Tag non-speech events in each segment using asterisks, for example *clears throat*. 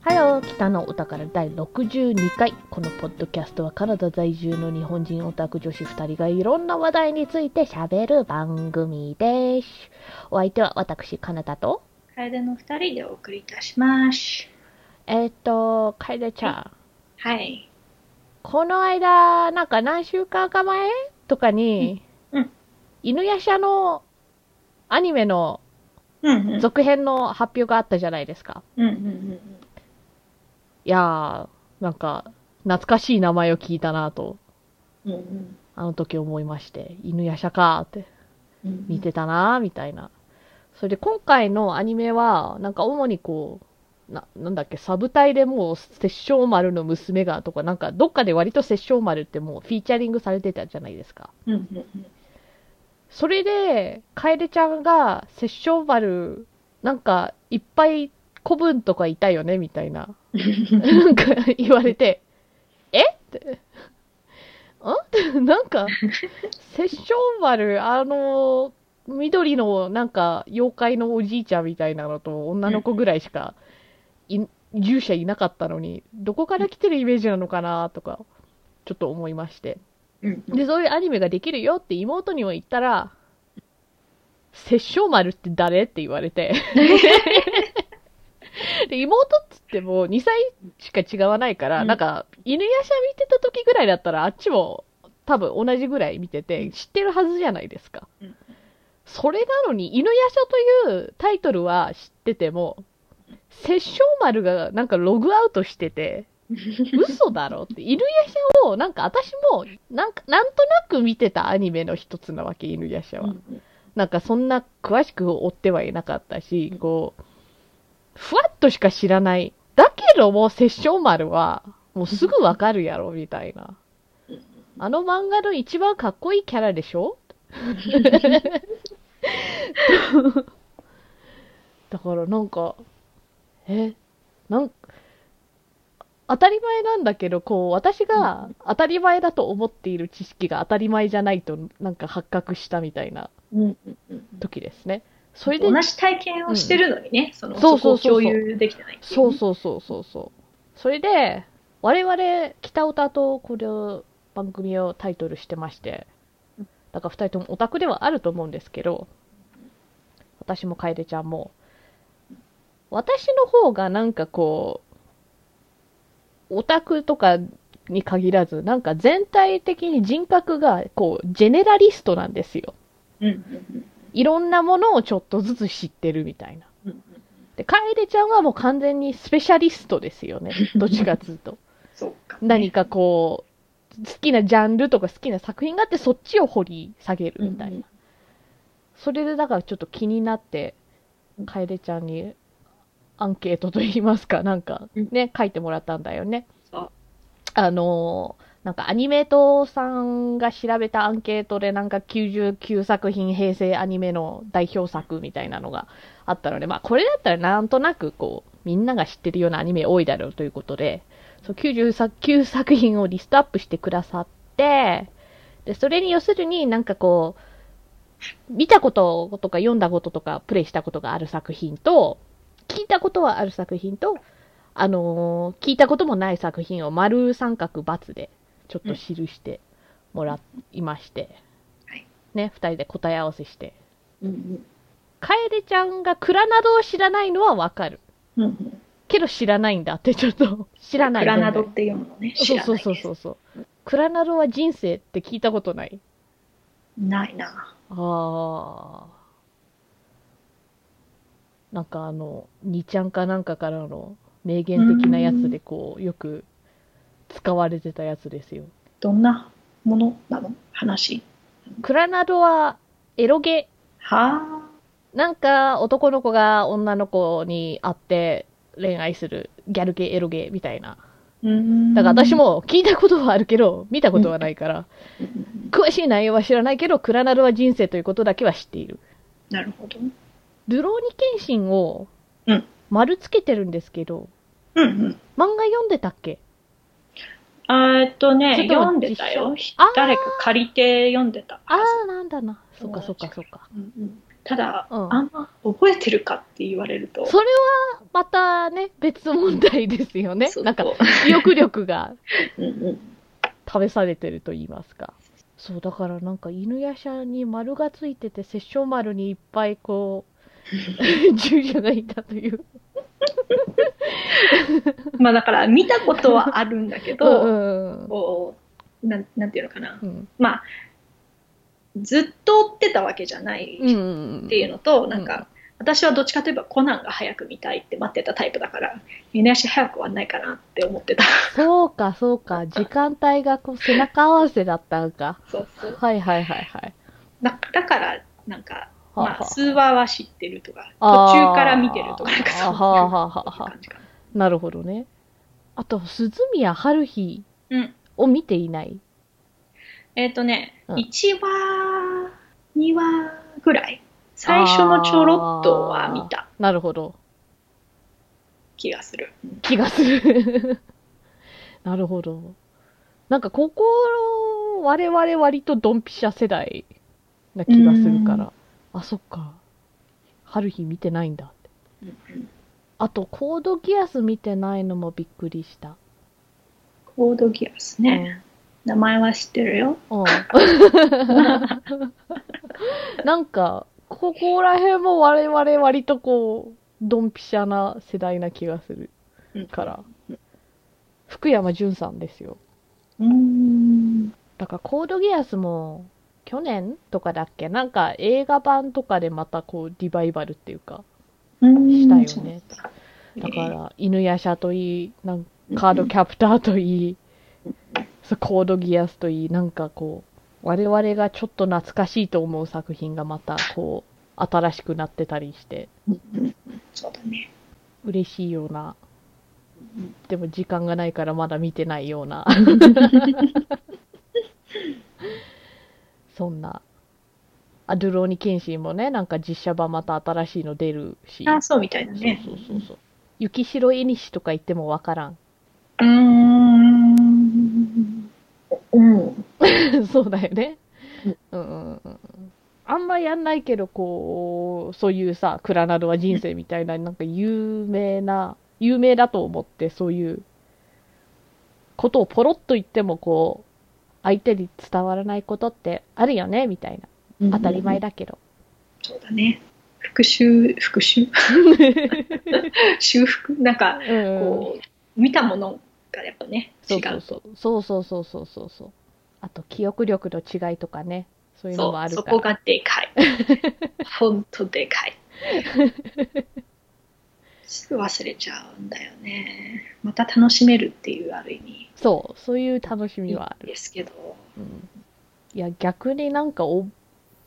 北のお宝第62回このポッドキャストはカナダ在住の日本人オタク女子2人がいろんな話題についてしゃべる番組ですお相手は私カナダと楓の二人でお送りいたします。えっ、と楓ちゃんはい。この間なんか何週間か前とかに、うんうん犬夜叉のアニメのうんうん。続編の発表があったじゃないですか、うんうんうんいやーなんか懐かしい名前を聞いたなとうん。うんあの時思いまして犬夜叉かーってうん。見てたなーみたいな。それで今回のアニメは、なんか主にこう、ななんだっけ、サブ隊でもう、殺生丸の娘がとか、なんかどっかで割と殺生丸ってもうフィーチャリングされてたじゃないですか。うんうんうん。それで、楓ちゃんが殺生丸、なんかいっぱい古文とかいたよねみたいな、なんか言われて、えって。んってなんか、殺生丸、あの、緑のなんか妖怪のおじいちゃんみたいなのと女の子ぐらいしかい、従者いなかったのに、どこから来てるイメージなのかなとか、ちょっと思いまして。うんうんで、そういうアニメができるよって妹にも言ったら、殺生丸って誰って言われ *laughs* て。で、妹っつっても2歳しか違わないから、うんなんか、犬夜叉見てた時ぐらいだったら、あっちも多分同じぐらい見てて、知ってるはずじゃないですかうん。それなのに、犬夜叉というタイトルは知ってても、殺生丸がなんかログアウトしてて、嘘だろって。犬夜叉を、なんか私も、なんか、なんとなく見てたアニメの一つなわけ、犬夜叉は。なんかそんな詳しく追ってはいなかったしう、んこう、ふわっとしか知らない。だけども、殺生丸は、もうすぐわかるやろ、みたいなうん。あの漫画の一番かっこいいキャラでしょだからなんか、え、なん当たり前なんだけど、こう、私が当たり前だと思っている知識が当たり前じゃないと、なんか発覚したみたいなうんうんうん時ですね。それで、同じ体験をしてるのにね、そのそうそうそうそうそこを共有できてないっていそうねそうそうそうそう。それで、我々、北オタとこの番組をタイトルしてましてうん、だから二人ともオタクではあると思うんですけど、私も楓ちゃんも、私の方がなんかこう、オタクとかに限らず、なんか全体的に人格がこう、ジェネラリストなんですよ。うんうんいろんなものをちょっとずつ知ってるみたいな。うんうんうん。で、カエデちゃんはもう完全にスペシャリストですよ *laughs* ね。どっちかっつうと。そうか。何かこう、好きなジャンルとか好きな作品があって、そっちを掘り下げるみたいな。うんそれでだからちょっと気になって、カエデちゃんにアンケートといいますか、なんかうんね、書いてもらったんだよね。そうあのーなんかアニメートさんが調べたアンケートでなんか99作品平成アニメの代表作みたいなのがあったので、まあこれだったらなんとなくこう、みんなが知ってるようなアニメ多いだろうということで、そう99作品をリストアップしてくださって、で、それに要するになんかこう、見たこととか読んだこととかプレイしたことがある作品と、聞いたことはある作品と、あのー聞いたこともない作品を丸三角×でちょっと記してもらいまして、はいね、二人で答え合わせして。うん楓ちゃんがクラナドを知らないのはわかる。うんうんうん。けど知らないんだってちょっと、知らない。クラナドって読むのね。知そうらないそうですそうそうそう。クラナドは人生って聞いたことない。ないな。あー。なんかあの、2ちゃんかなんかからの名言的なやつでこう、よく使われてたやつですよ。どんなものなの話。クラナドはエロゲ。はなんか男の子が女の子に会って恋愛するギャルゲエロゲみたいな。あ。うん。だから私。も聞いたことはあるけど、見たことはない *laughs* から、詳しい内容は知らないけど、クラナドは人生ということだけは知っている。なるほど。ルローニケンシンをうん丸つけてるんですけど、うんうん。漫画読んでたっけあーえっとちょねっ、と読んでたよあー。誰か借りて読んでたあはず。あ、なんだな。そっかそっかそっか。うんうんただ、うんあんま覚えてるかって言われると、それはまたね、別問題ですよね。そうなんか、記憶力がうんうん。試されてると言いますか。そう、だからなんか犬やしゃに丸がついてて、殺生丸にいっぱいこ *laughs* う、従者がいたという。まあだから見たことはあるんだ *laughs* けうんど、うんうんこうなんなんていうのかなうん。まあずっと追ってたわけじゃないうんうっんうんていうのと、んなんか私はどっちかといえばコナンが早く見たいって待ってたタイプだから犬足早くはないかなって思ってたそうか、そうか。時間帯がこう背中合わせだったのか。そうそうはいはいはいはい。だだからなんか、はあまはあ、あ数話は知ってるとか途あー中から見てるとかなんかそういうはあはあはあはあ感じかななるほどね。あと、鈴宮春日うんを見ていない。えっ、とね、うん1話2話ぐらい最初のちょろっとは見たなるほど。気がする、うん気がする。 *laughs* なるほど。なんか、ここ、我々割とドンピシャ世代な気がするから。あ、そっか。春日見てないんだって。うんうんあと、コードギアス見てないのもびっくりした。コードギアスうね、ん名前は知ってるようんなんか、ここら辺も我々割とこう、ドンピシャな世代な気がするから。福山潤さんですよ。うーんだからコードギアスも、去年とかだっけなんか映画版とかでまたこう、リバイバルっていうか。うーんしたよねそうだから、犬や車といい、なんカードキャプターといい、そうコードギアスといい、なんかこう、我々がちょっと懐かしいと思う作品がまた、こう、新しくなってたりして、うんうんそうだね嬉しいような、うんでも時間がないからまだ見てないような、そんな。アドゥローニケンシンもね、なんか実写版また新しいの出るし、あそうみたいだそうねそうそうそう。雪城絵西とか言ってもわからん。うーんうん *laughs* そうだよねうん。うんうんうんあんまやんないけど、こう、そういうさ、クラナドは人生みたいな、なんか有名な、有名だと思って、そういうことをポロッと言っても、こう、相手に伝わらないことってあるよね、みたいうんな。当たり前だけど。そうだね復讐 *laughs* 復讐修復なんかうんこう見たものがやっぱね違そううそうそう。そうそうそうそうそう。あと、記憶力の違いとかね、そういうのもあそるうそから。こがで *laughs* かいほんとでかいすぐ忘れちゃうんだよねまた楽しめるっていうある意味そう、そういう楽しみはある。ですけどうんいや、逆になんかお、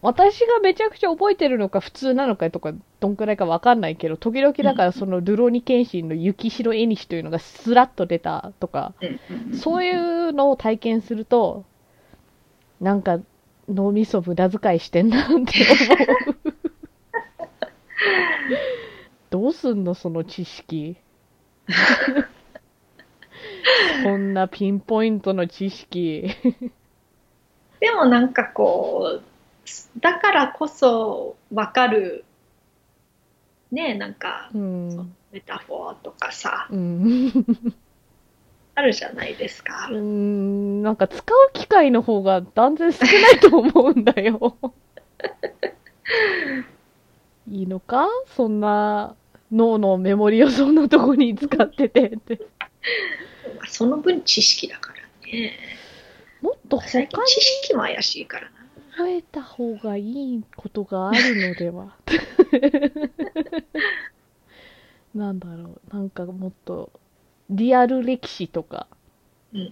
私がめちゃくちゃ覚えてるのか普通なのかとか、どんくらいかわかんないけど、時々だからその、ルローニケンシンの雪白絵西というのがスラッと出たとか、そうういんうのを体験すると、なんか、脳みそ無駄遣いしてんなって思う。どうすんのその知 *laughs* 識。そんなピンポイントの知識。でもなんかこうだからこそわかるねえなんかうん。メタフォーとかさうん、 *laughs* あるじゃないですかうんなんか使う機会の方が断然少ないと思うんだ *laughs* よ。いいのかそんな脳のメモリをそんなとこに使っててって。まあその分知識だからね *laughs* もっと他に最近知識も怪しいからな覚えた方がいいことがあるので *laughs* は。なんだろう。なんかもっとリアル歴史とかうんうんうん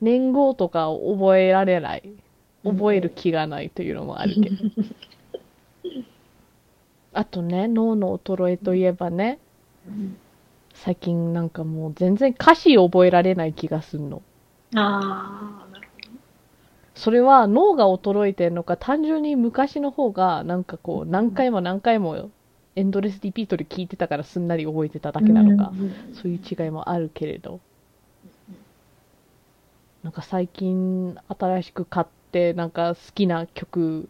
年号とかを覚えられない。うん覚える気がないというのもあるけど。あとね、脳の衰えといえばね、うん最近なんかもう全然歌詞覚えられない気がすんの。ああ、なるそれは脳が衰えてんのか、単純に昔の方がなんかこう何回も何回もエンドレスリピートで聞いてたからすんなり覚えてただほど。けなのか、うんうんうんそういう違いもあるけれど。なんか最近新しく買ってなんか好きな曲、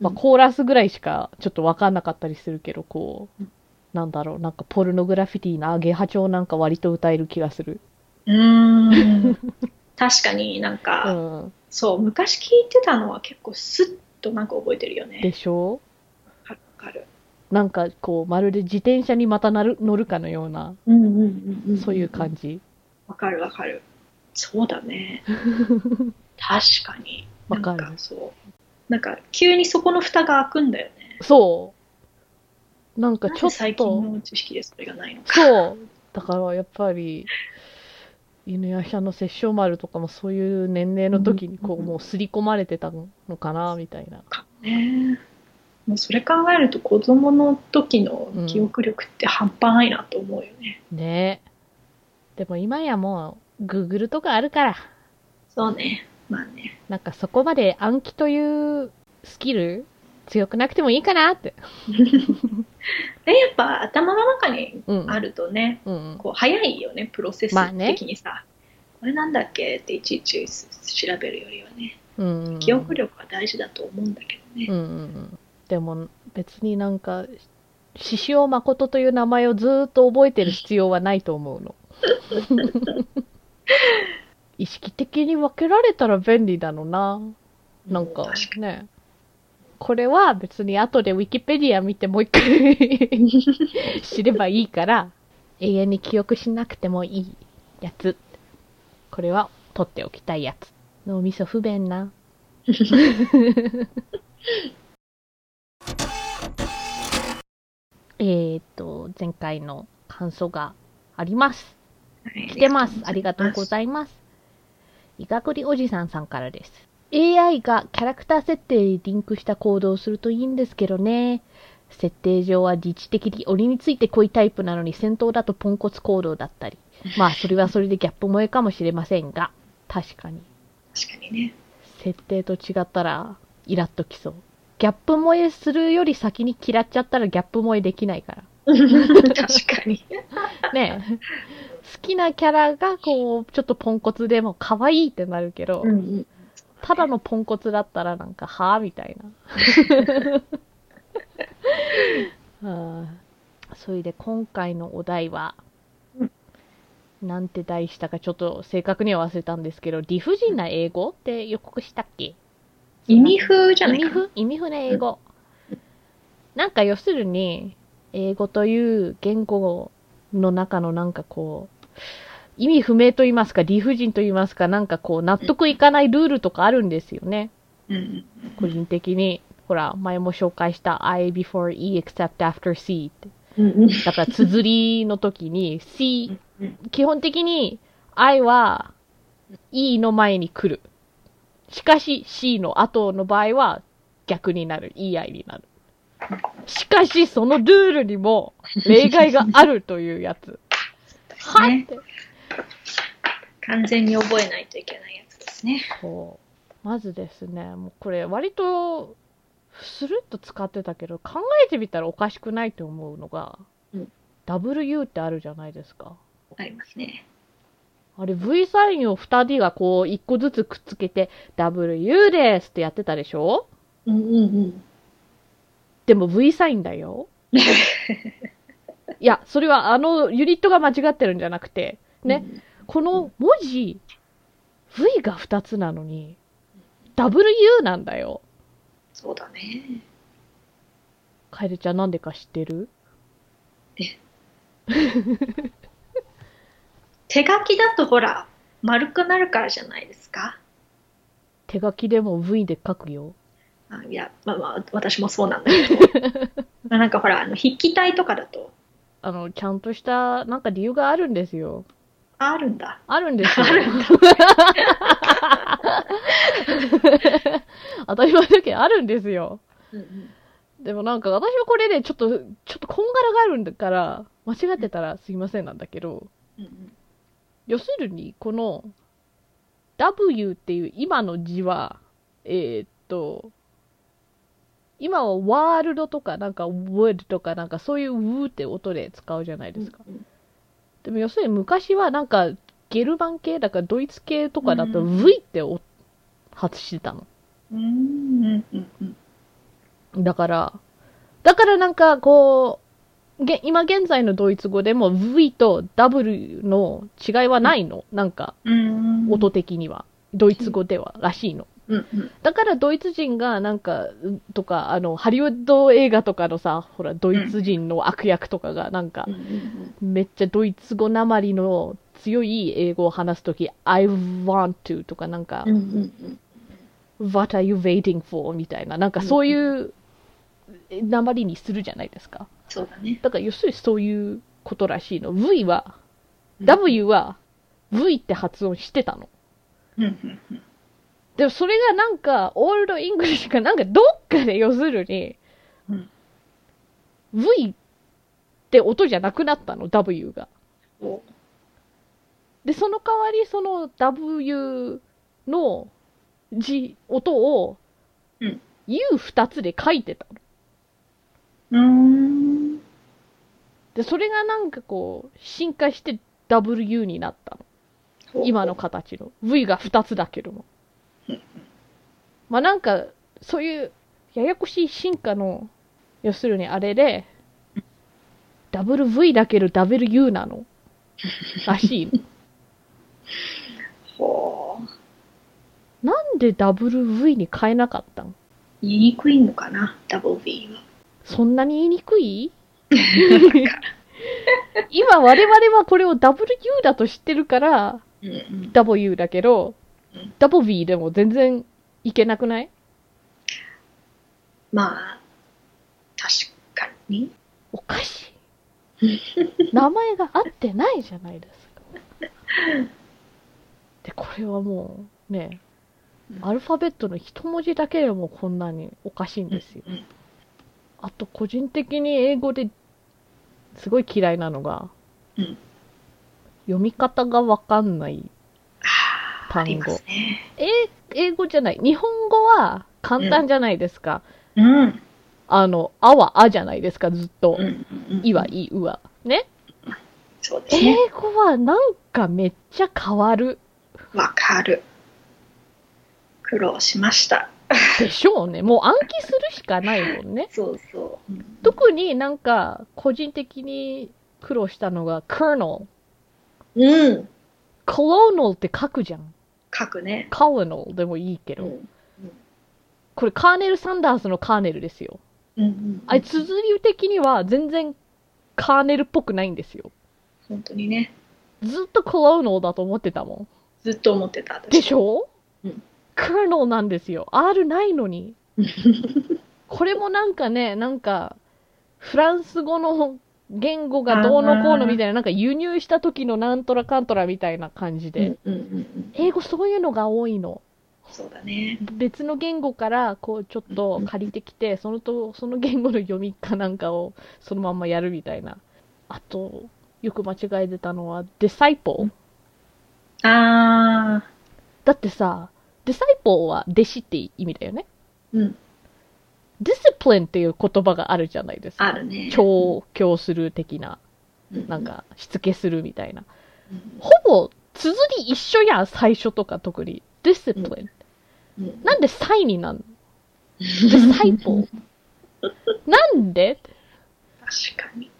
まあうんコーラスぐらいしかちょっとわかんなかったりするけど、こううん、なんだろう、なんかポルノグラフィティなゲハ調なんか割と歌える気がする。うーん確かになんうか、ん。そう昔聞いてたのは結構スッとなんか覚えてるよでねしょわかるうなんかこう、まるで自転車にまたなる乗るかのような、うんうんうんそういう感じ。わかるわかるそうだ *laughs* ね確かにわかるなんかそうなんか急にそこの蓋が開くんだよねそう。なんかなんちょでっ最近と、の知識でそれがないのかそう。だからやっぱり、犬やしゃの殺生丸とかもそういう年齢の時にこうんう、もう刷り込まれてたのかな、みたいな。かねもうそれ考えると子供の時の記憶力って半端ないなと思うよね、ねでも今やもう、Google とかあるから、そうねまあねなんかそこまで暗記というスキル強くなくてもいいかなって。でやっぱ頭の中にうん。あるとね、うん。こう早いよねプロセスまあね的にさ、これなんだっけっていちいち調べるよりはねうん。記憶力は大事だと思うんだけどね、うんうんうん。でも別になんか、獅子王誠という名前をずーっと覚えてる必要はないと思う *laughs* の。意識的に分けられたら便利だのな。なんうか確かね。これは別に後でウィキペディア見てもう一 *laughs* 回知ればいいから、永遠に記憶しなくてもいいやつ。これは取っておきたいやつ。脳みそ不便な。えーっと、前回の感想があります。はい来てます。ありがとうございます。いがくりおじさんさんからです。AI がキャラクター設定にリンクした行動をするといいんですけどね。設定上は自治的に鬼についてこいタイプなのに戦闘だとポンコツ行動だった *laughs* り。まあそれはそれでギャップ萌えかもしれませんが、確かに。確かに *laughs* ね設定と違ったらイラッときそう。ギャップ萌えするより先に嫌っちゃったらギャップ萌えできないから。確かにねえ好きなキャラがこうちょっとポンコツでも可愛いってなるけど、うんうんただのポンコツだったらなんかはあみたいなああそれで今回のお題は、うんなんて題したかちょっと正確には忘れたんですけど理不尽な英語って予告したっけ意味風じゃない意味かな不意味不ね英語、なんか要するに英語という言語の中のなんかこう意味不明と言いますか理不尽と言いますかなんかこう納得いかないルールとかあるんですよねうんうん個人的にほら前も紹介した I before E except after C ってうんうんだから綴りの時に C 基本的に I は E の前に来る。しかし C の後の場合は逆になる。EI になる。しかしそのルールにも例外があるというやつ。はねいって。完全に覚えないといけないやつですねそう。まずですね、もうこれ割とスルッと使ってたけど考えてみたらおかしくないと思うのが、うん W ってあるじゃないですか。ありますねあれ、V サインを2人がこう、1個ずつくっつけて、W ですってやってたでしょうんうんうんでも V サインだよ。いや、それはあのユニットが間違ってるんじゃなくて、ね、この文字、V が2つなのに、W なんだよ。そうだねカエルちゃんなんでか知ってる手書きだとほら丸くなるからじゃないですか手書きでも V で書くよ。あいやまあまあ私もそうなんだけど *laughs* まあなんかほらあの筆記体とかだとあの、ちゃんとした、なんか理由があるんですよ。ああるんだあるんですよ。ある当たり前だけど、あるんですよ。うんうんでもなんか、私はこれね、ちょっと、ちょっとこんがらがあるんだから、間違ってたらすいませんなんだけど、うんうん要するに、この、W っていう今の字は、えーっと、今はワールドとか、なんか、ウォルとか、なんか、そういうウーって音で使うじゃないですか。うんでも要するに昔はなんかゲルマン系だからドイツ系とかだとう V ってお発してたの。うんうんうんうんだから、だからなんかこう、げ今現在のドイツ語でも V と W の違いはないの、なんかうん音的には、ドイツ語ではらしいの。うんうんだからドイツ人がなんか、うとか、あの、ハリウッド映画とかのさ、ほら、ドイツ人の悪役とかがなんかう、んうんめっちゃドイツ語なまりの強い英語を話すとき、I want to とかなんか、うんうんうん What are you waiting for? みたいな、なんかそういうなまりにするじゃないですか。そうだねだから要するにそういうことらしいの。V は、W は V って発音してたの。うんうんうんでもそれがなんか、オールドイングリッシュかなんかどっかで要するに、うん V って音じゃなくなったの、W が。そで、その代わりその W の字、音をうん U2 つで書いてたの。ううーんで、それがなんかこう、進化して W になったの。そう今の形の V が2つだけどもまあなんかそういうややこしい進化の要するにあれで WV だけど WU なのらしい *laughs* のほうなんで WV に変えなかったん言いにくいのかな WB はそんなに言いにくい *laughs* 今我々はこれを WU だと知ってるからうんうん W だけどうん WV でも全然いけなくないまあ確かにおかしい名前が合ってないじゃないですかでこれはもうねうんアルファベットの一文字だけでもこんなにおかしいんですようんあと個人的に英語ですごい嫌いなのが、うん読み方がわかんないあーあり単ま語すね英語じゃない日本語は簡単じゃないですか、うんあの「あ」は「あ」じゃないですかずっとうんうん「い」は「い」「う」はねそうです英ね語はなんかめっちゃ変わるわかる苦労しましたでしょうね。もう暗記するしかないもんね。そうそううん特になんか個人的に苦労したのが kernel。うん colonel って書くじゃん。書くね colonel でもいいけうど。んこれカーネル・サンダースのカーネルですよ。うんうんあれ、綴り的には全然カーネルっぽくないんですよ。本当にねずっと colonel だと思ってたもずっと思ってたん。で私しょうん。 kernel なんですよ。R ないの *laughs* に。これもなんかね、なんか、フランス語の言語がどうのこうのみたいな、なんか輸入した時のなんとらかんとらみたいな感じうんで、うんうんうん英語そういうのが多いの。そうだね別の言語から、こう、ちょっと借りてきて、そのと、その言語の読みかなんかをそのまんまやるみたいな。あと、よく間違えてたのは、デサイポー。ああだってさ、デサイポーは弟子って意味だよね。うんディスプリンっていう言葉があるじゃないですか。あるね調教する的な。うんなんか、しつけするみたいな。うんほぼ、綴り一緒やん、最初とか特に。discipline。うんなんで才になんの disciple。なんで *laughs* 確かに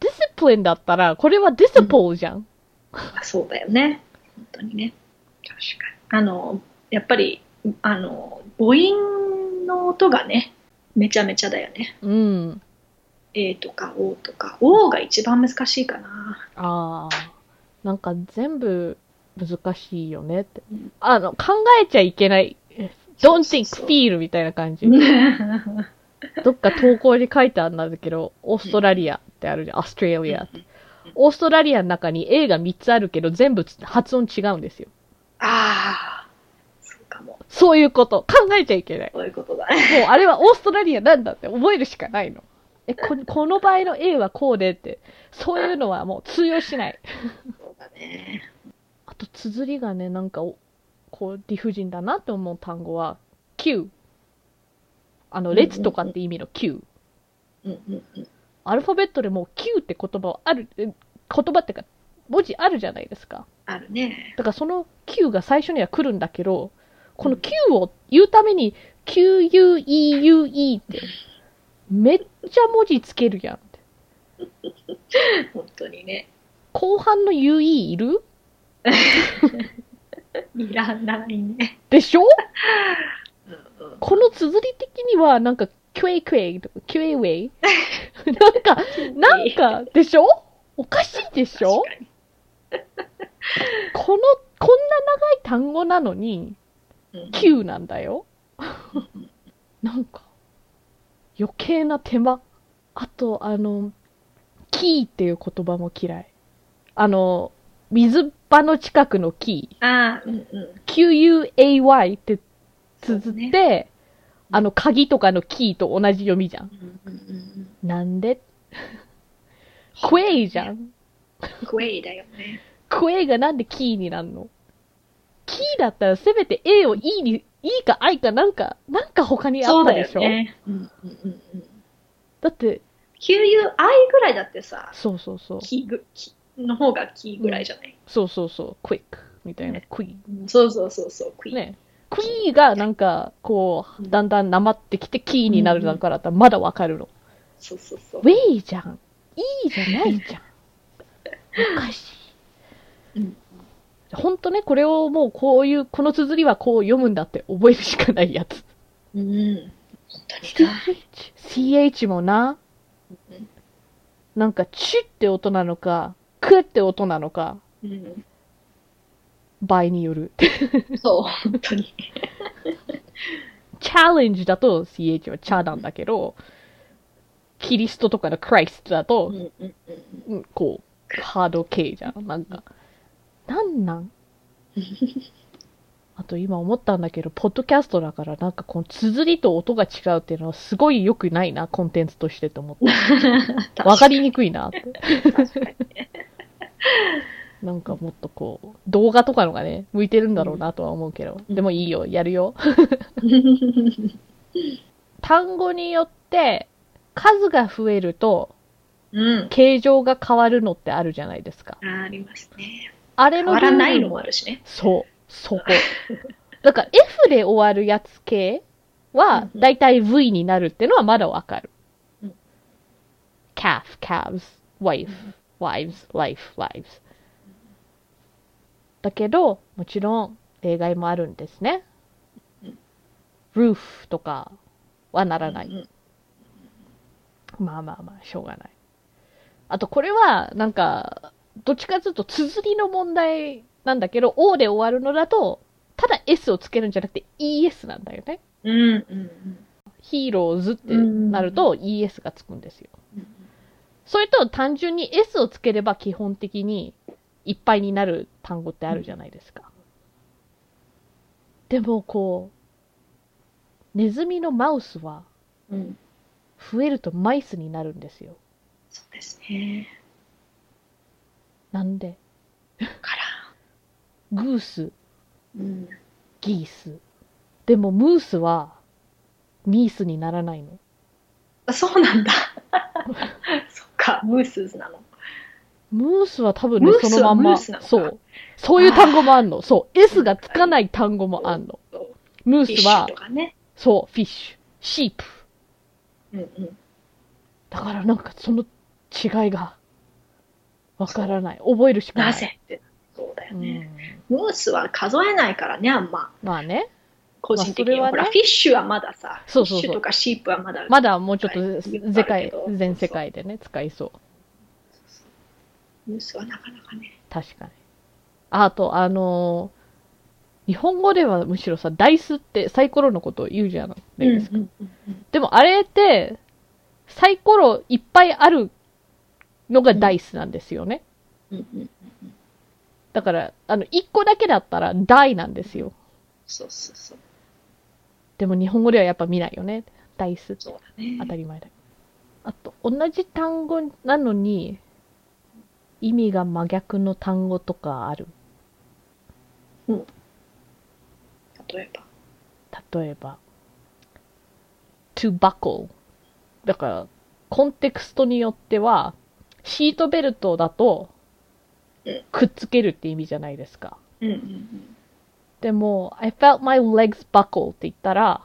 discipline だったら、これは disciple じゃん。あそうだよね本当にね確かにあのやっぱりあの母音の音がねめちゃめちゃだよねうん。 A とか O とか O が一番難しいかなああ。なんか全部難しいよねってうん。あの、考えちゃいけない。don't think, そうそうそう feel みたいな感じ。どっか投稿に書いてあるんだけど、オーストラリアってあるじゃん。アストラリアって。オーストラリアの中に A が3つあるけど、全部発音違うんですよ。 *laughs* ああそうかもそういうこと。考えちゃいけない。そういうことだねもうあれはオーストラリアなんだって覚えるしかないの。え、ここの場合の A はこうでって、そういうのはもう通用しない。そうだねあと、綴りがね、なんかお、こう、理不尽だなって思う単語は、Q。あの、列とかって意味の Q。うんうんうんアルファベットでもう Q って言葉はある、え言葉ってか、文字あるじゃないですか。あるねだからその Q が最初には来るんだけど、この Q を言うために、QUEUE って、めっちゃ文字つけるやんって。本当にね。後半の UE いるいらないね。でしょうんうんこの綴り的には、なんか、キュエイクエイとか、キュエイウェ *laughs* イなんか、なんか、でしょおかしいでしょ確かにこの、こんな長い単語なのに、うん9なんだよ。なんか、余計な手間。あと、あの、キーっていう言葉も嫌い。あの、水場の近くのキー。ああ、うんうん。 QUAY って綴って、そうあの、鍵とかのキーと同じ読みじゃん。うんうんうんなんでクエイじゃん。うん。クエイだよね。クエイがなんでキーになんのキーだったらせめて A を E に、E か I かなんか、なんか他にあそっうただでしょよね。うんうんうんうん。だって、 QUI ぐらいだってさ、そうそうそう。キーぐ、キーの方がキーぐらいじゃない。そうそうそう。クイックみたいな。ねクイうんそうそうそうそう、クイーン。ね。クイーがなんか、こうう、んだんだんなまってきてキーになるだからだったらまだわかるの。そうそうそうウ。ェイじゃん。いいじゃないじゃん。おかしい。うんほんとね、これをもうこういう、この綴りはこう読むんだって覚えるしかないやつ。うん。本当にな CH CH もな、うんなんか、チュって音なのか、クって音なのか、うん。場合による。そう、本当に。チャレンジだと CH はチャなんだけど、キリストとかのクライストだうとん、うんうんうん。うんこう、ハード系じゃん。なんか、なんなん *laughs* あと今思ったんだけど、ポッドキャストだからなんかこの綴りと音が違うっていうのはすごい良くないな、コンテンツとしてと思って。わかりにくいなって。確かになんかもっとこう、動画とかのがね、向いてるんだろうなとは思うけど。うんでもいいよ、やる *laughs* よ。うん単語によって、数が増えると、うん。形状が変わるのってあるじゃないですか。ありますね。あれ変のわルールらないのもあるしね。そう、そこ。 *laughs* だから F で終わるやつ系はうん、うんだいたい V になるってのはまだわかるうん。 calf, calves, wife, う wives, life, wives. だけど、もちろん例外もあるんですねうん。 roof とかはならない。うんまあまあまあ、しょうがない。あと、これは、なんか、どっちかというと、綴りの問題なんだけど、O で終わるのだと、ただ S をつけるんじゃなくて ES なんだよね。うんうんヒーローズってなると ES がつくんですよ。それと、単純に S をつければ基本的にいっぱいになる単語ってあるじゃないですか。でも、こう、ネズミのマウスはうん。うん。増えるとマイスになるんですよ。そうですね。なんでから。グース、うん。ギース。でもムースは、ミースにならないの。あそうなんだ。 *laughs* そっか、ムースなの。ムースは多分ねム、ースそのまはんムーま。スなのかそう。そういう単語もあんの。そう。S がつかない単語もあんの。ムムーーススははと、かね。そう、フィッシュ、シープ。うんうん。だからなんかその違いが、わからない。覚えるしかない。なぜって。そうだうよね。ん。ムースは数えないからね、あんま。まあね。個人的には。まあそほれはねら、フィッシュはまださ、そうそうそうフィッシュとかシープはまだ。まだもうちょっはとい世界あるけ、ど全世界でね、使いそう。ムースはなかなかね。確かに。あと、あのー日本語ではむしろさ、ダイスってサイコロのことを言うじゃないですか。うんうんうんでもあれって、サイコロいっぱいあるのがダイスなんですよね。うんうんうんうん。だから、あの、一個だけだったらダイなんですよ。そうそうそう。でも日本語ではやっぱ見ないよね。ダイス。そうだね。当たり前だ。あと、同じ単語なのに、意味が真逆の単語とかある。例えば。例えば、to buckle。だから、コンテクストによっては、シートベルトだとうん、くっつけるって意味じゃないですか。うんうんうん。でも、I felt my legs buckle って言ったら、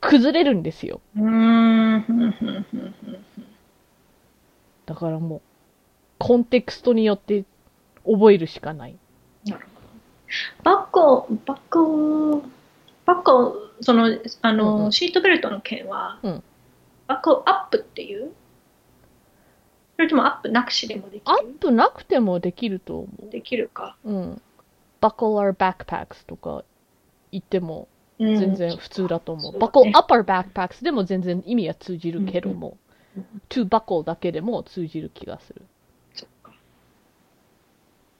崩れるんですよ。うーん、ふんふんふんふん。だからもう、コンテクストによって覚えるしかない。バッコ、バッコ、バッコ、その、あの、うんうんシートベルトの件は、うんバッコアップっていうそれともアップなくしでもできアるップなくてもできると思できるか。う。うん。バコラーバックパックスとか言ってもうん全然普通だと思う。そうだバコねアッパーバックパックスでも全然意味は通じるけどもうんう、トゥバコだけでも通じる気がする。そっか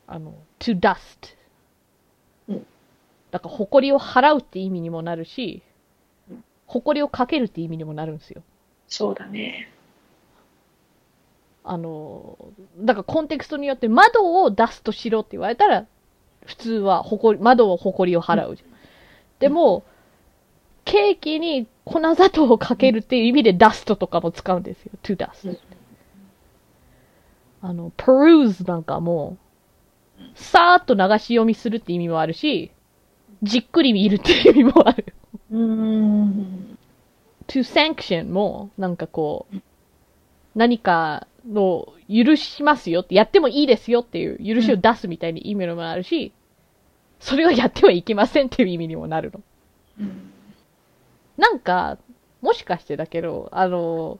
あの、to dust。うんだから、埃を払うって意味にもなるしうん、埃をかけるって意味にもなるんですよ。そうだね。あの、だからコンテクストによって窓を出すとしろって言われたら、普通は埃、窓を埃を払うじゃん。でも、ケーキに粉砂糖をかけるっていう意味でダストとかも使うんですよ。to う dust ん。あの、peruse なんかも、さーっと流し読みするって意味もあるし、じっくり見るっていう意味もある。うーん。 to sanction も、なんかこう、何かの許しますよって、やってもいいですよっていう許しを出すみたいな意味にもあるし、それをやってはいけませんっていう意味にもなるの。うんなんか、もしかしてだけど、あの、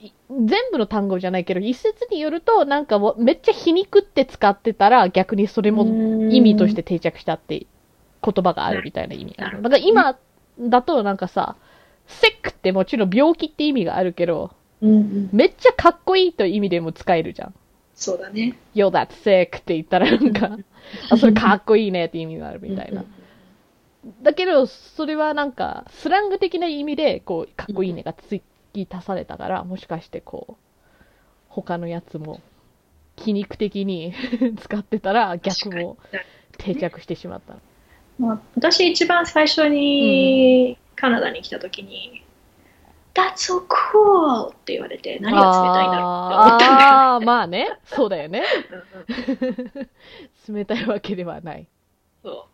い全部の単語じゃないけど、一説によると、なんかもうめっちゃ皮肉って使ってたら、逆にそれも意味として定着したって言葉があるみたいな意味なるほだかどら今だとなんかさ、セックってもちろん病気って意味があるけど、うんうん、めっちゃかっこいいという意味でも使えるじゃん。そうだね。 Yo, that's sick って言ったらなん *laughs* か、あ、それかっこいいねって意味があるみたいなうん。だけど、それはなんか、スラング的な意味で、こう、かっこいいねが追き足されたから、もしかしてこう、他のやつも、皮肉的に *laughs* 使ってたら、逆も定着してしまった。まあ、私一番最初にカナダに来た時に「That's so cool!」って言われて何が冷たいんだろうって思ったんあーあー、まあね。そうだよね。だよね。うんうん冷たいわけではない。そう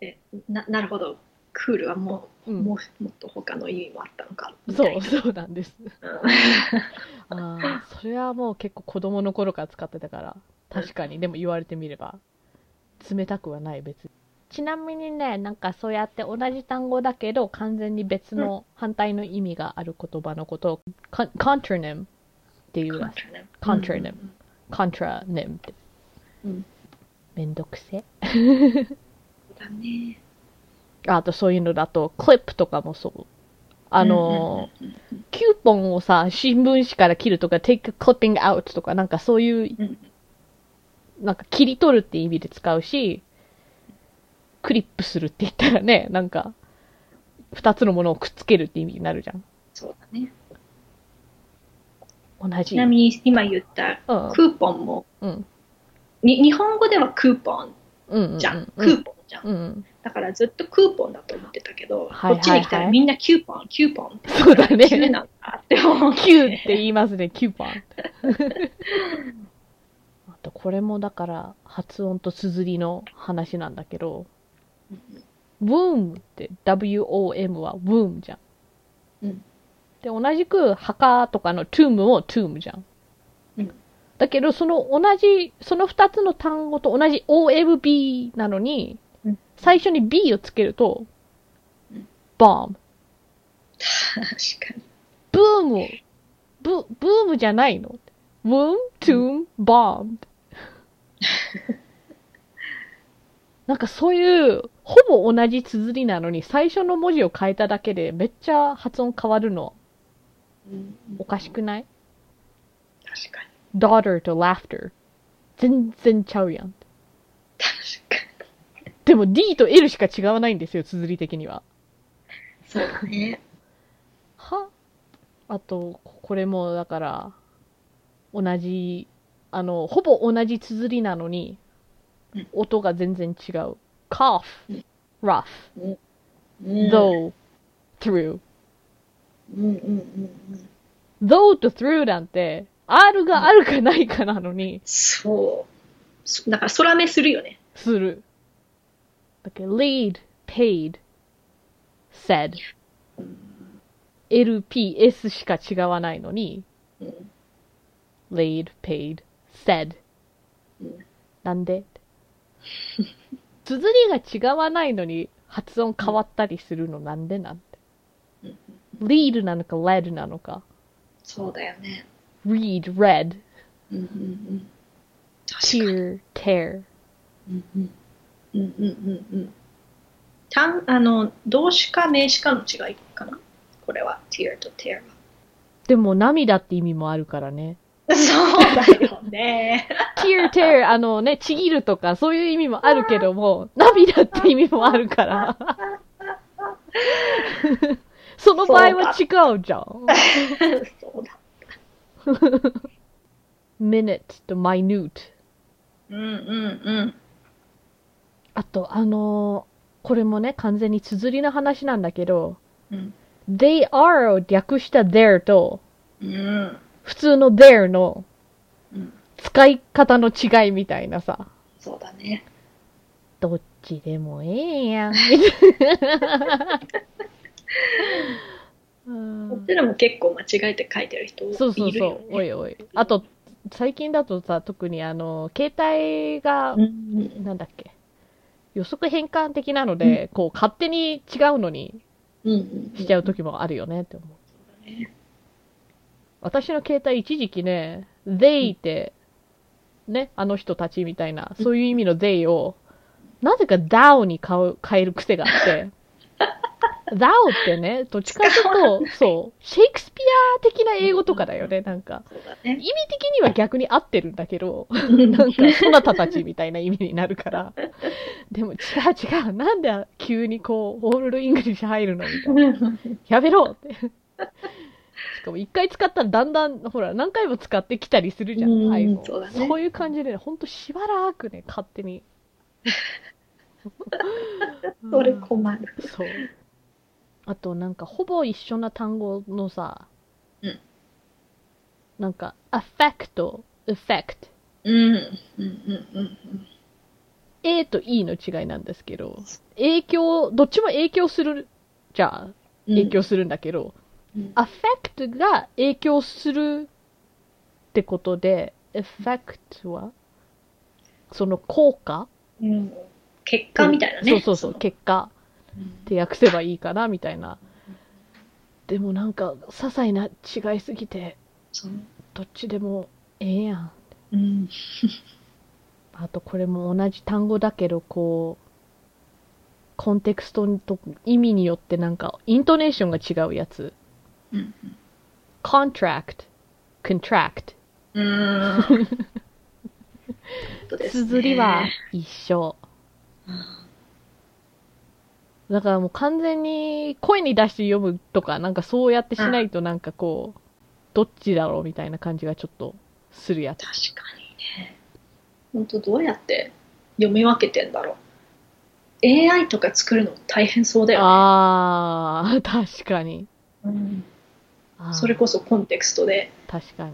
でななるほどクールはもうう、んもうもっと他の意味もあったのかみたそ、いうなそうなん *laughs* です。ああ、それはもう結構子供の頃から使ってたから、確かに。でも言われてみれば、冷たくはない別に。ちなみにね、なんかそうやって同じ単語だけど、完全に別の反対の意味がある言葉のことを、コン contronym っていうらしい。コン Contranim contronym って。うんめんどくせえ。そうだねあとそういうのだと、クリップとかもそう。あの、キューポンをさ、新聞紙から切るとか、take a clipping out とか、なんかそういううんなんか切り取るって意味で使うし、クリップするって言ったらね、なんか、二つのものをくっつけるって意味になるじゃん。そうだね同じ。ちなみに今言ったうん。クーポンもうん。に日本語ではクーポンうん。じゃん、うクん。ーポンじゃんうん。だからずっとクーポンだと思ってたけど、はいはいはいこっちに来たらみんなキューポン、キューポンって。そうだね急なんだって思う。キューって言います *laughs* ね、キューパン。 *laughs* あと、これもだから、発音と綴りの話なんだけど、womb って W-O-M は womb じゃん。うんで、同じく墓とかの tomb も tomb じゃん。うんだけど、その同じ、その二つの単語と同じ OMB なのに、うん最初に B をつけるとうん、 bomb。確かに。ブームを、ブ、ブームじゃないのブーム、トゥーム、ボーム。なんかそういう、ほぼ同じ綴りなのに、最初の文字を変えただけで、めっちゃ発音変わるの、うんおかしくない確かに。 ?daughter と laughter。全然ちゃうやん。確かに。でも D と L しか違わないんですよ、綴り的には。そうだね。はあと、これもだから、同じ、あの、ほぼ同じ綴りなのにうん、音が全然違う。cough, うん rough, うん、 though, through. うんうんうんうん。 though と through なんて、R があるかないかなのに、そうそ。だから空目するよね。する。だけど lead, paid, said. LPS しか違わないのに、うん laid, paid, said. うんなんで綴りが違わないのに発音変わったりするのなんでなんて。うん lead なのか led なのか。そうだよね。 read, read, うんうんうん。確かに。 tear, tear. うんうんうんうんうんうん。単あの動詞か名詞かの違いかなこれは tear と tear は。でも涙って意味もあるからね。そうだよね。 tear, tear, あのね、ちぎるとかそういう意味もあるけども、涙って意味もあるから。 *laughs* その場合は違うじゃん。 *laughs* *laughs* そうだ。 minute と minute。うんうんうん。あと、あのーこれもね、完全に綴りの話なんだけど、うん they are を略した their と、うん。普通の their のうん。使い方の違いみたいなさ、そうだね。どっちでもええ *laughs* やん。うこっんちでも結構間違えて書いてる人いるよ、ね。そうそうそう、おいおい。あと、最近だとさ、特にあの、携帯がう、んなんだっけ、予測変換的なので、こう、勝手に違うのにうんうん。しちゃう時もあるよねって思う。そうだね。私の携帯一時期ね、they って、ね、あの人たちみたいな、そういう意味の they を、なぜか thou に変う変える癖があ *laughs* って、thou ってね、どっちかというと、そう、シェイクスピア的な英語とかだよね、なんか。そうだ意ね。味的には逆に合ってるんだけど、なんか、そなたたちみたいな意味になるから。でも、違う違う、なんで急にこう、オールドイングリッシュ入るのみたいな。やめろって。しかも一回使ったらだんだん、ほら、何回も使ってきたりするじゃん、うん iPhone そうだねそういう感じで、ほんとしばらくね、勝手に。 *laughs* それうん困る。そう。あと、なんか、ほぼ一緒な単語のさ、うんなんか、affect、effect。うん。うんうんうんうん。 A と E の違いなんですけど、影響、どっちも影響する、じゃあ、影響するんだけど、うんアフェクトが影響するってことで、エフェクトはその効果うん結果みたいなね。そうそうそう、の結果って訳せばいいかな、みたいな。でもなんか、些細な違いすぎて、そうどっちでもええやん。うん。あとこれも同じ単語だけど、こう、コンテクストと意味によってなんか、イントネーションが違うやつ。うんコントラクト、コントラクト。うーん。本当ですね綴りは。一緒。だからもう完全に声に出して読むとか、なんかそうやってしないとなんかこう、どっちだろうみたいな感じがちょっとするやつ。確かにね。本当どうやって読み分けてんだろう。AI とか作るの大変そうだよね。あー、確かに。うんあーそれこそコンテクストで確かに。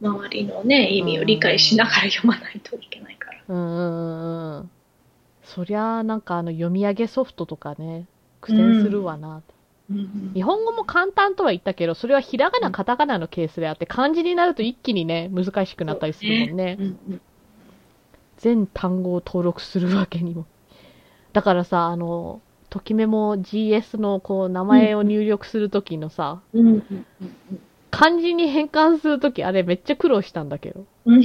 周りのね、意味を理解しながら読まないといけないから。うんうんうんうん。そりゃあなんかあの読み上げソフトとかね、苦戦するわな。うん日本語も簡単とは言ったけど、それはひらがな、カタカナのケースであって、漢字になると一気にね、難しくなったりするもんねう。んうん全単語を登録するわけにも。だからさ、あの、ときめも GS のこう名前を入力するときのさ、うんうんうんうん漢字に変換するときあれめっちゃ苦労したんだけど。うん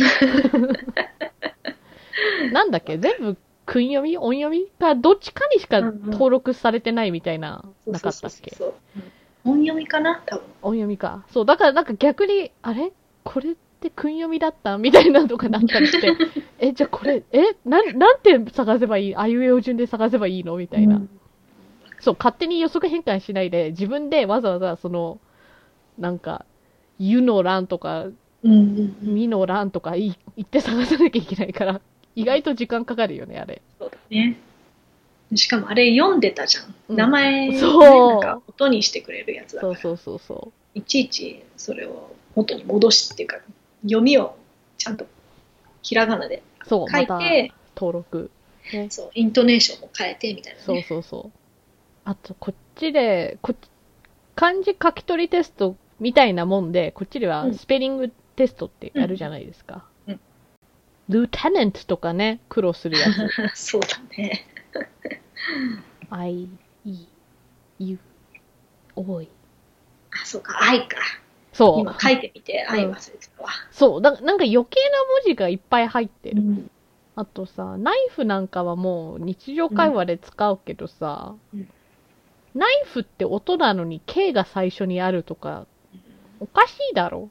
なんだっけ全部訓読み音読みか、どっちかにしかうんうん登録されてないみたいな、なかったっけそうそうそうそう音読みかな多分。音読みか。そう、だからなんか逆に、あれこれって訓読みだったみたいなのとかなったり *laughs* して、え、じゃあこれ、え、なん、なんて探せばいいあいうえお順で探せばいいのみたいな。うんそう、勝手に予測変換しないで、自分でわざわざその、なんか、湯の欄とか、うんうんうんみの欄とかい言って探さなきゃいけないから、意外と時間かかるよね、あれ。そうだね。しかもあれ読んでたじゃん。うん名前、ね、そうなんか音にしてくれるやつだかそうら。そうそうそいちいちそれを元に戻しっていうか、読みをちゃんとひらがなでう。そう、書まいたて、登録。そう、イントネーションも変えてみたいな、そうね。そうそう。あと、こっちで、こっち漢字書き取りテストみたいなもんで、こっちでうはんスペリングテストってやるじゃないですか。うんうんルーテナントとかね、苦労するやつ。 *laughs* *laughs* そうだね。 I, E, U, おい。あ、そうか、愛か。そう今。書いてみて、うん愛忘れてたわ。そう。だなんか余計な文字がいっぱい入ってる。うんあとさ、ナイフなんかはもう日常会話で使うけどさ、うんナイフって音なのに K が最初にあるとか、おかしいだ *laughs* ろ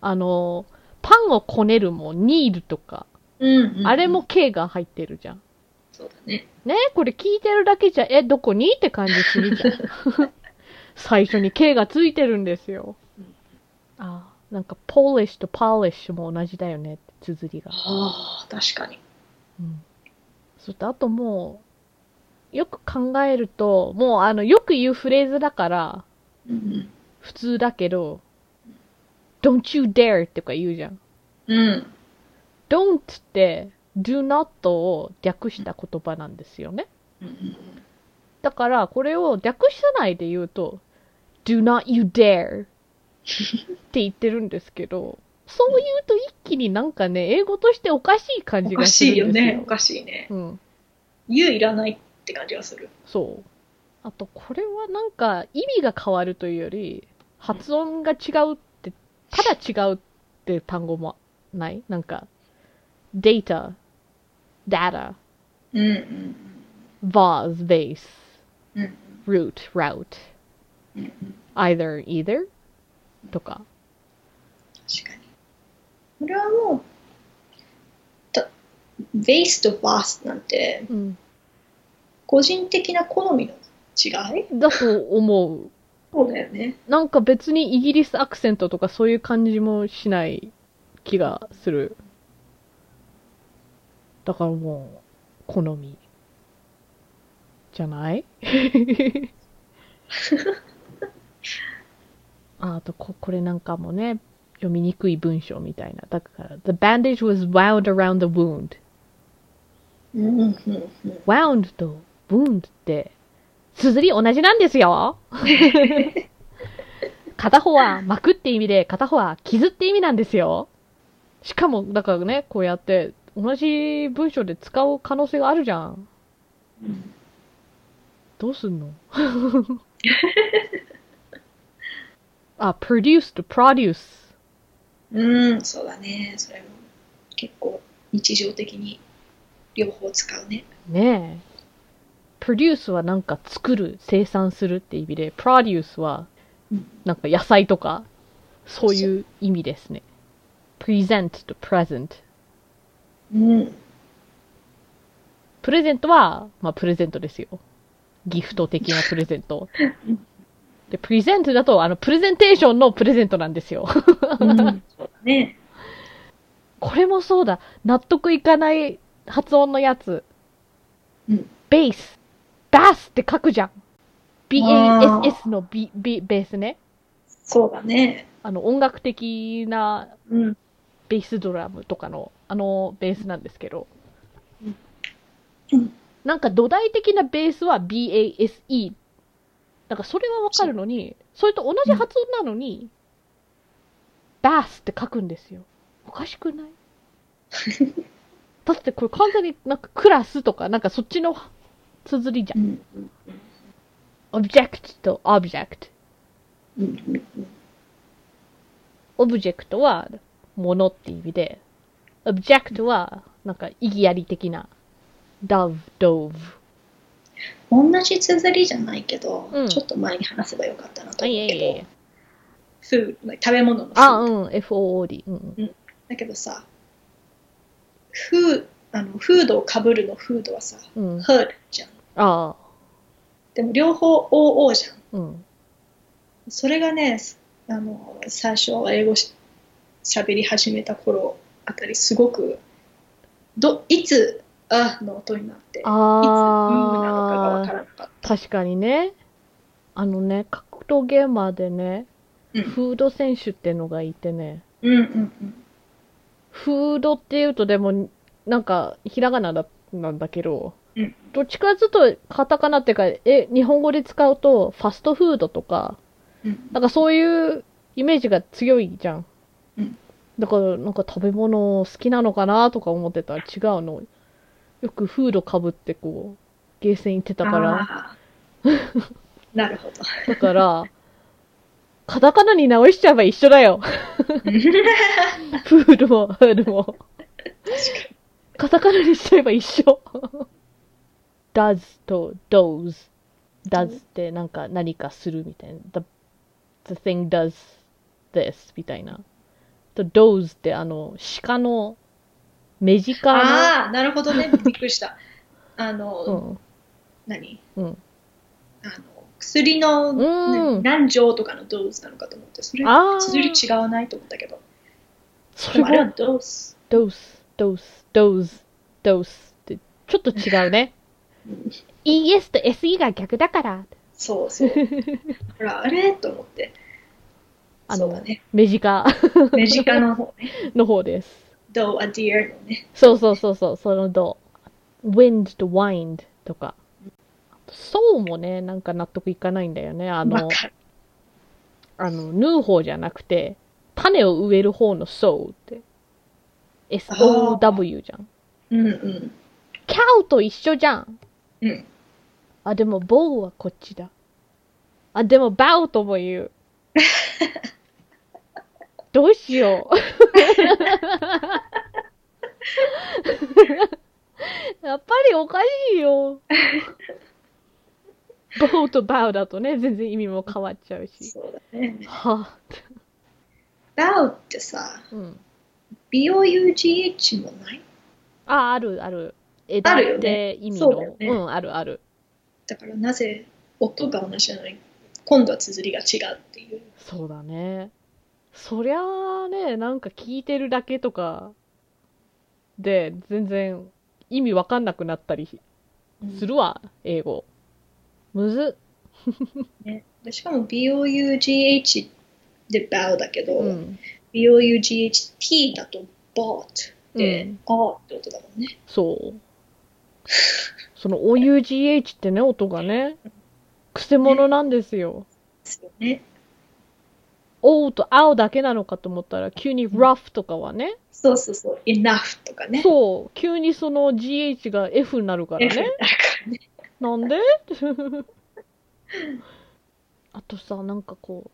あの、パンをこねるもニールとか、うんうんあれも K が入ってるじゃん。そうだね。ねこれ聞いてるだけじゃ、え、どこにって感じするじゃん。 *laughs* 最初に K がついてるんですようん。ああ、なんか、ポーリッシュとパーリッシュも同じだよねって、綴りが。ああ、確かに。うん。そして、あともう、よく考えると、もう、あの、よく言うフレーズだから、うん普通だけど、don't you dare とか言うじゃん。うん。うん。 don't って、do not を略した言葉なんですよね。うんうんだから、これを略さないで言うと、do not you dare *laughs* って言ってるんですけど、そう言うと一気になんかね、英語としておかしい感おじかがするしんいよですよ。ね。おかしいね。うん、言ういらないって感じがする。そう。あと、これはなんか意味が変わるというより、発音が違うって、ただ違うって単語もないなんか、data, data, うんうん vase, base, うん。うん root, route, うんうん。 either, either とか。確かに。これはもう、たベースとバースなんて、うん個人的な好みの違いだと思う。そうだよね。なんか別にイギリスアクセントとかそういう感じもしない気がする。だからもう、好み。じゃない *laughs* ああとこ、これなんかもね、読みにくい文章みたいな。だから、The bandage was wound around the wound. うんうんうんうん。 wound と wound って、綴り同じなんですよ片方は巻くって意味で、片方は傷って意味なんですよ。しかも、だからね、こうやって、同じ文章で使う可能性があるじゃん。うんどうすんのあ、produce と produce。うん、そうだね。それも結構日常的に両方使うね。ねえ。produce はなんか作る、生産するって意味で、produce はうんなんか野菜とか、そういう意味ですね。present と present。うん。プレゼントは、まあプレゼントですよ。ギフト的なプレゼントうん。で、プレゼントだと、あの、プレゼンテーションのプレゼントなんですよ。うん、そうだね。これもそうだ。納得いかない発音のやつ。うんベース。バスって書くじゃん。あー BASS の B、B、ベースね。そうだね。あの、音楽的なうん。ベースドラムとかの、あのベースなんですけどうんうん。なんか土台的なベースは BASE。なんかそれはわかるのに、それと同じ発音なのに、バースって書くんですよ。おかしくないだってこれ完全になんかクラスとか、なんかそっちの綴りじゃん。うん。オブジェクトとオブジェクト。うん。オブジェクトは、ものって意味で、オブジェクトは、なんか、意義あり的な、dove, dove。うん。同じ綴りじゃないけど、うんちょっと前に話せばよかったなとあ、い思うやけいやいどや。、 food 食べ物の food あ、うん、FOOD。うんうん。だけどさ、フーあのフードをかぶるのフードはさ、うん、あ hood じゃん。あ、でも両方 OO じゃん。うん。それがね、あの最初英語し喋り始めた頃あたりすごくどいつ「あ」の音になっていつ「うん」なのかがわあからなかっあ、確かにね。あのね、格闘ゲーマーでね、た。うんフード選手ってのがいてね、うんうんうんフードって言うとでも、なんか、ひらがなだなんだけど、うんどっちかずっとカタカナっていうか、え、日本語で使うと、ファストフードとか、うんなんかそういうイメージが強いじゃん。うんだから、なんか食べ物好きなのかなとか思ってたら違うの。よくフードかぶってこう、ゲーセン行ってたから、あ *laughs* ーなるほど。だから、カタカナに直しちゃえば一緒だよ。フードもフードも。カタカナにしちゃえば一緒。does と does。does ってなんか何かするみたいな。The, the thing does this みたいな。と does ってあの、鹿の、目近ああ、なるほどね。びっくりした。あの、の、何うんあの薬の、うん。うん。何何錠とかのドーズなのかと思って、それ、あー薬違わないと思ったけど。そでれもあれははドーズ。 dose, dose, dose, dose ってちょっと違う *laughs* ね。ES と SE が逆だから。そ *laughs* うそう。ほら、あれと思って。あそうだの、ね。目近メジカ *laughs* の方ね。の方です。ドー、アディアのね。そうそうそうそう、その度。wind と wind とか。そうもね、なんか納得いかないんだよね。あわの、かる。あの、縫う方じゃなくて、種を植える方の sow って。sow じゃん。うんうん。 cow と一緒じゃん。うん。あ、でも bow はこっちだ。あ、でも bow とも *laughs* 言う。どうしよ *laughs* う。やっぱりおかしいよ。bow と bow だとね、全然意味も変わっちゃうし。そうだね。はダウってさ、あ、うん。 BOUGH もないあ、あるある。枝あるよっねて意味そうの。だよねうん、あるある。だからなぜ音が同じなのに今度は綴りが違うっていう。そうだね。そりゃあね、なんか聞いてるだけとかで全然意味わかんなくなったりするわ、英語。むずね、でしかも BOUGH で bow だけど、っ。うん。 BOUGHT だと bought うでん、あーって音だもんね。そう。その OUGH ってね、音がね、くせ者なんですよ。ですよね。 O と O だけなのかと思ったら、急に rough とかはね、そうそうそう、enough とかね。そう、急にその GH が F になるからだかね。らね。なんで *laughs* あとさ、なんかこう、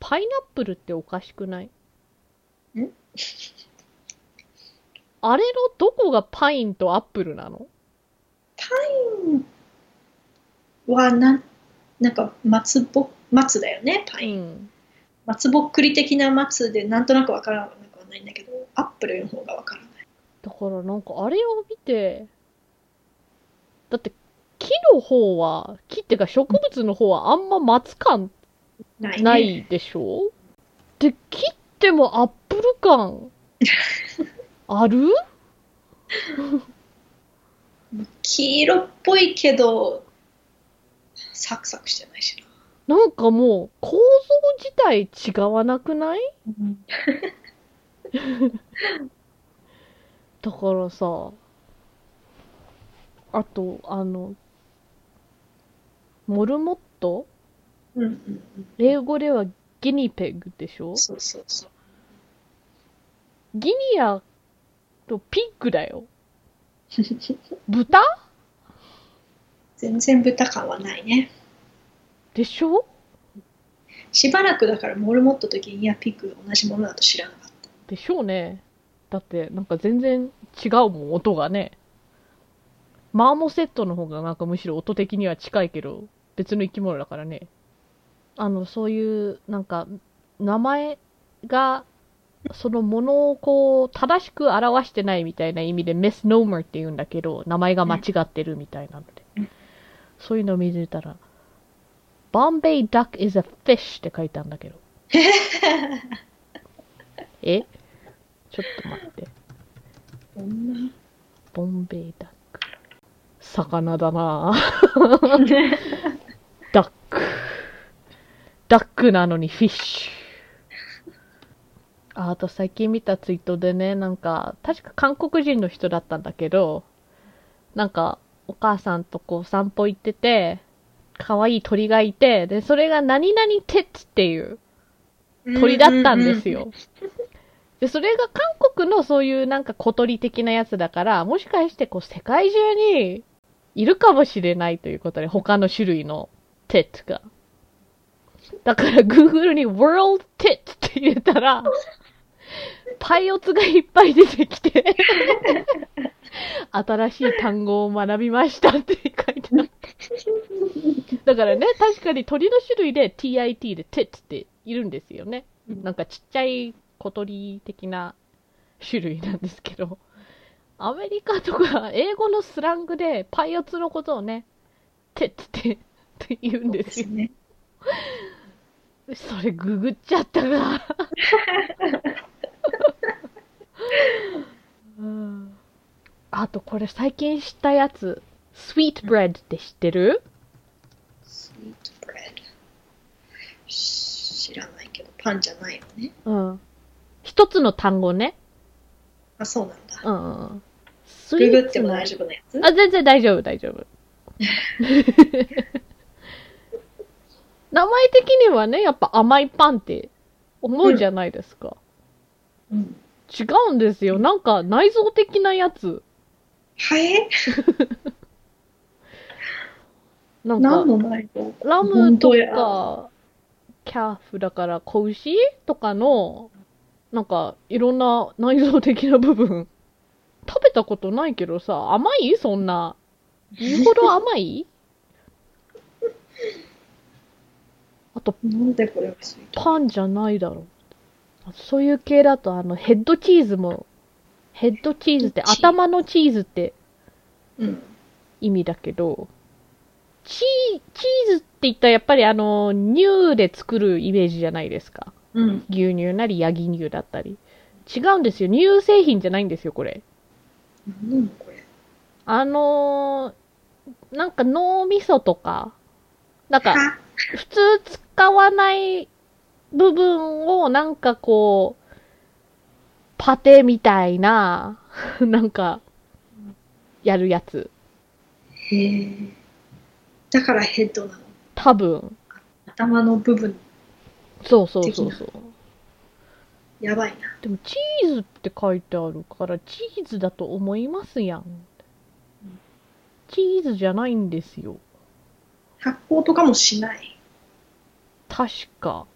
パイナップルっておかしくないん *laughs* あれのどこがパインとアップルなのはなん、なんか松ぼ、松だよね、パうイン。ん。松ぼっくり的な松でなんとなくわからなくはないんだけど、アップルの方がわからない。だからなんかあれを見て、だって木の方は、木ってか植物の方はあんま松感ない、な。いでし *laughs* ょで、切ってもアップル感ある黄色っぽいけど、サクサクしてないしな。なんかもう構造自体違わなくないだからさ、あと、あの、モルモットうんうん英語ではギニペグでしうょん。そうそうそう。ギニアとピッグだよ。豚全然豚感はないね。でしょしばらくだからモルモットとギニアピッグが同じものだと知らなかった。でしょうね。だって、なんか全然違うもん、音がね。マーモセットの方がなんかむしろ音的には近いけど、別の生き物だからね。あの、そういう、なんか、名前が、そのものをこう、正しく表してないみたいな意味で、メスノーマーって言うんだけど、名前が間違ってるみたいなのうでん。そういうのを見てたら、ボンベイダック is a fish って書いてあるんだけど。えちょっと待って。こんボンベイダック。魚だなぁな。ダック。ダックなのにフィッシュ。ああと最近見たツイートでね、なんか、確か韓国人の人だったんだけど、なんか、お母さんとこう散歩行ってて、可愛い鳥がいて、で、それが何々てっていう鳥だったんですよ。で、それが韓国のそういうなんか小鳥的なやつだから、もしかしてこう世界中にいるかもしれないということで、他の種類のテッが。だから Google に World Tit って入れたら、パイオツがいっぱい出てきて、新しい単語を学びましたって書いてあった。だからね、確かに鳥の種類で TIT で Tit っているんですよね。うん *laughs* なんかちっちゃい小鳥的な種類なんですけど、アメリカとか英語のスラングでパイオツのことをね、てっててって言うんですよ。ね。それググっちゃったが。うんあとこれ最近知ったやつ、スイートブレッドって知ってるスイートブレッド。知らないけど、パンじゃないよね。うん。一つの単語ね。あ、そうなんうだ。んうんうん。スググっても大丈夫なや *laughs* つあ、全然大丈夫、大丈夫。 *laughs* 名前的にはね、やっぱ甘いパンって思うじゃないですか。うん。違うんですよ。なんか内臓的なやつ。はえなんか何、の内臓ラムと本当やか、キャフだから子牛とかの、なんかいろんな内臓的な部分。食べたことないけどさ、甘いそんな。言うほど甘いあと、なんでこれがスイートパンじゃないだろう。そういう系だと、あの、ヘッドチーズも、ヘッドチーズってヘッドチーズ頭のチーズってうん。意味だけど、チー、チーズって言ったらやっぱりあの、乳で作るイメージじゃないですか。うん。牛乳なり、ヤギ乳だったり。違うんですよ。乳製品じゃないんですよ、これ。何なのこれ。あのーなんか脳みそとか、なんか、は普通使わない部分をなんかこう、パテみたいな、 *laughs* なんか、やるやつ。へえ。だからヘッドなの。多分。頭の部分、そうそうそうそう。やばいな。でもチーズって書いてあるから、チーズだと思いますやん。チーズじゃないんですよ。発酵とかもしない。確か。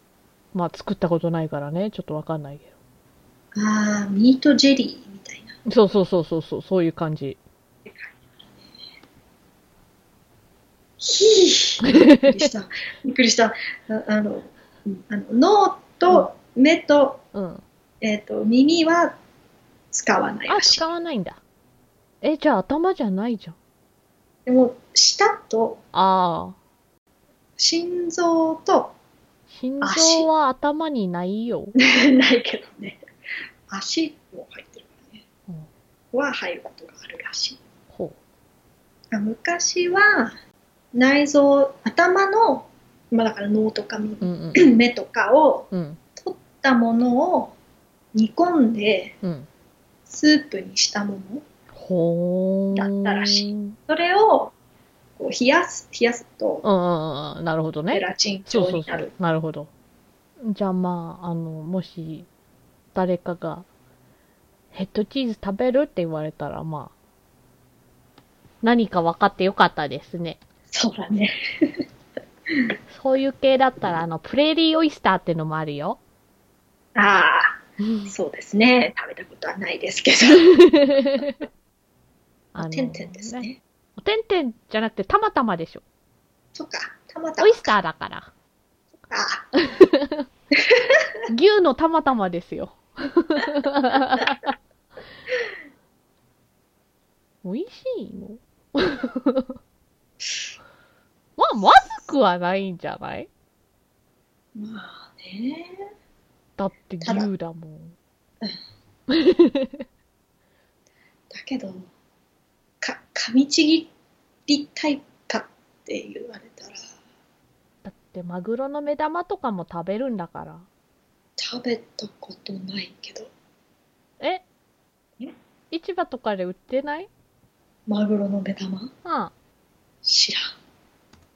まあ作ったことないからね、ちょっとわかんないけあー、ミートジェリーみたいな。ど。そうそうそうそうそう、そういう感じ。ひーびっくり *laughs* した。びっくりした。ああの、うんあの脳と目と、うん。えっ、と、耳は使わないあ、らしい使。わないんだ。え、じゃあ頭じゃないじゃん。でも、舌と、ああ。心臓と、 *laughs* 心臓は頭にないよ。ないけどね、足も入ってるからねうん。は入ることがあるらしい。ほあ昔は、内臓、頭の、まあだから脳とかう。耳うんうん。 *clears throat* 目とかをうん。取ったものを煮込んでうん。スープにしたものほー。だったらしいうんそれをこう冷やす冷やすとうんうん。なるほどゼね。ラチンそう状そうにそなるう。なるほど。じゃあまあ、あの、もし、誰かが、ヘッドチーズ食べるって言われたら、まあ、何か分かってよかったですね。そうだねそういう系だったら、あの、プレーリーオイスターってのもあるよ。ああそうですね食べたことはないですけあどのてんてんですね。てんてんじゃなくて、たまたまでしょ。そっかたまたオまイスターだから。あ牛のたまたまですよ。美味しいの *laughs* まあ、まずくはないんじゃないまあねだって牛だもん。だけどか噛みちぎりたいかって言われたらだってマグロの目玉とかも食べるんだから。食べたことないけどええ市場とかで売ってないマグロの目玉ああ知らん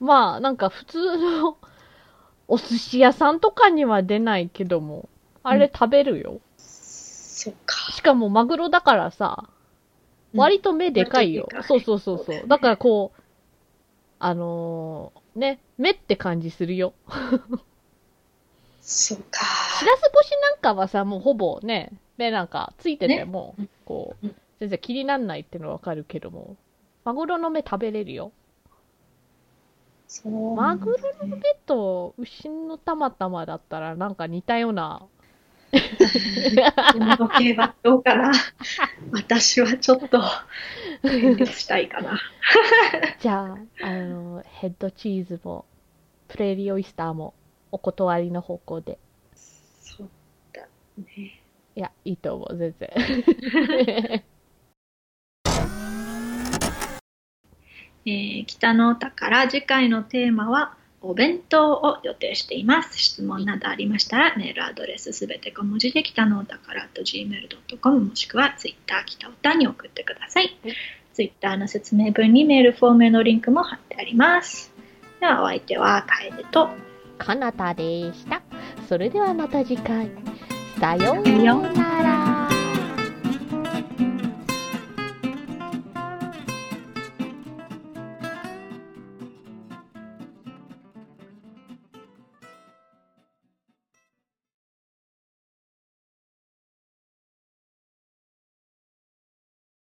まあ、なんか普通のお寿司屋さんとかには出ないけども、あれ食べるよ。そっか。しかもマグロだからさ、うん割と目でかいよ。割そうとでそうそうそそうだよう。ねだからこう、あのーね、目って感じするよ。そうか。しらす干しなんかはさ、もうほぼね、目なんかついててねも、うんこううん、全然気になんないってのはわかるけども、マグロの目食べれるよ。そうなマんだグロの目と牛のたまたまだったらなんか似たよう *laughs* な。今の競馬どうかな私はちょっと遠慮したいかな。じゃあ、あの、ヘッドチーズも、プレーリーオイスターも、お断りの方向で。そうだね。いや、いいと思う、全 *laughs* 然。えー北の歌から次回のテーマはお弁当を予定しています。質問などありましたらメールアドレスすべて小文字で北の歌から gmail.com もしくはツイッター北歌に送ってくださいはい。ツイッターの説明文にメールフォームへのリンクも貼ってあります。ではお相手は楓とかなたでした。それではまた次回。さようさようなら。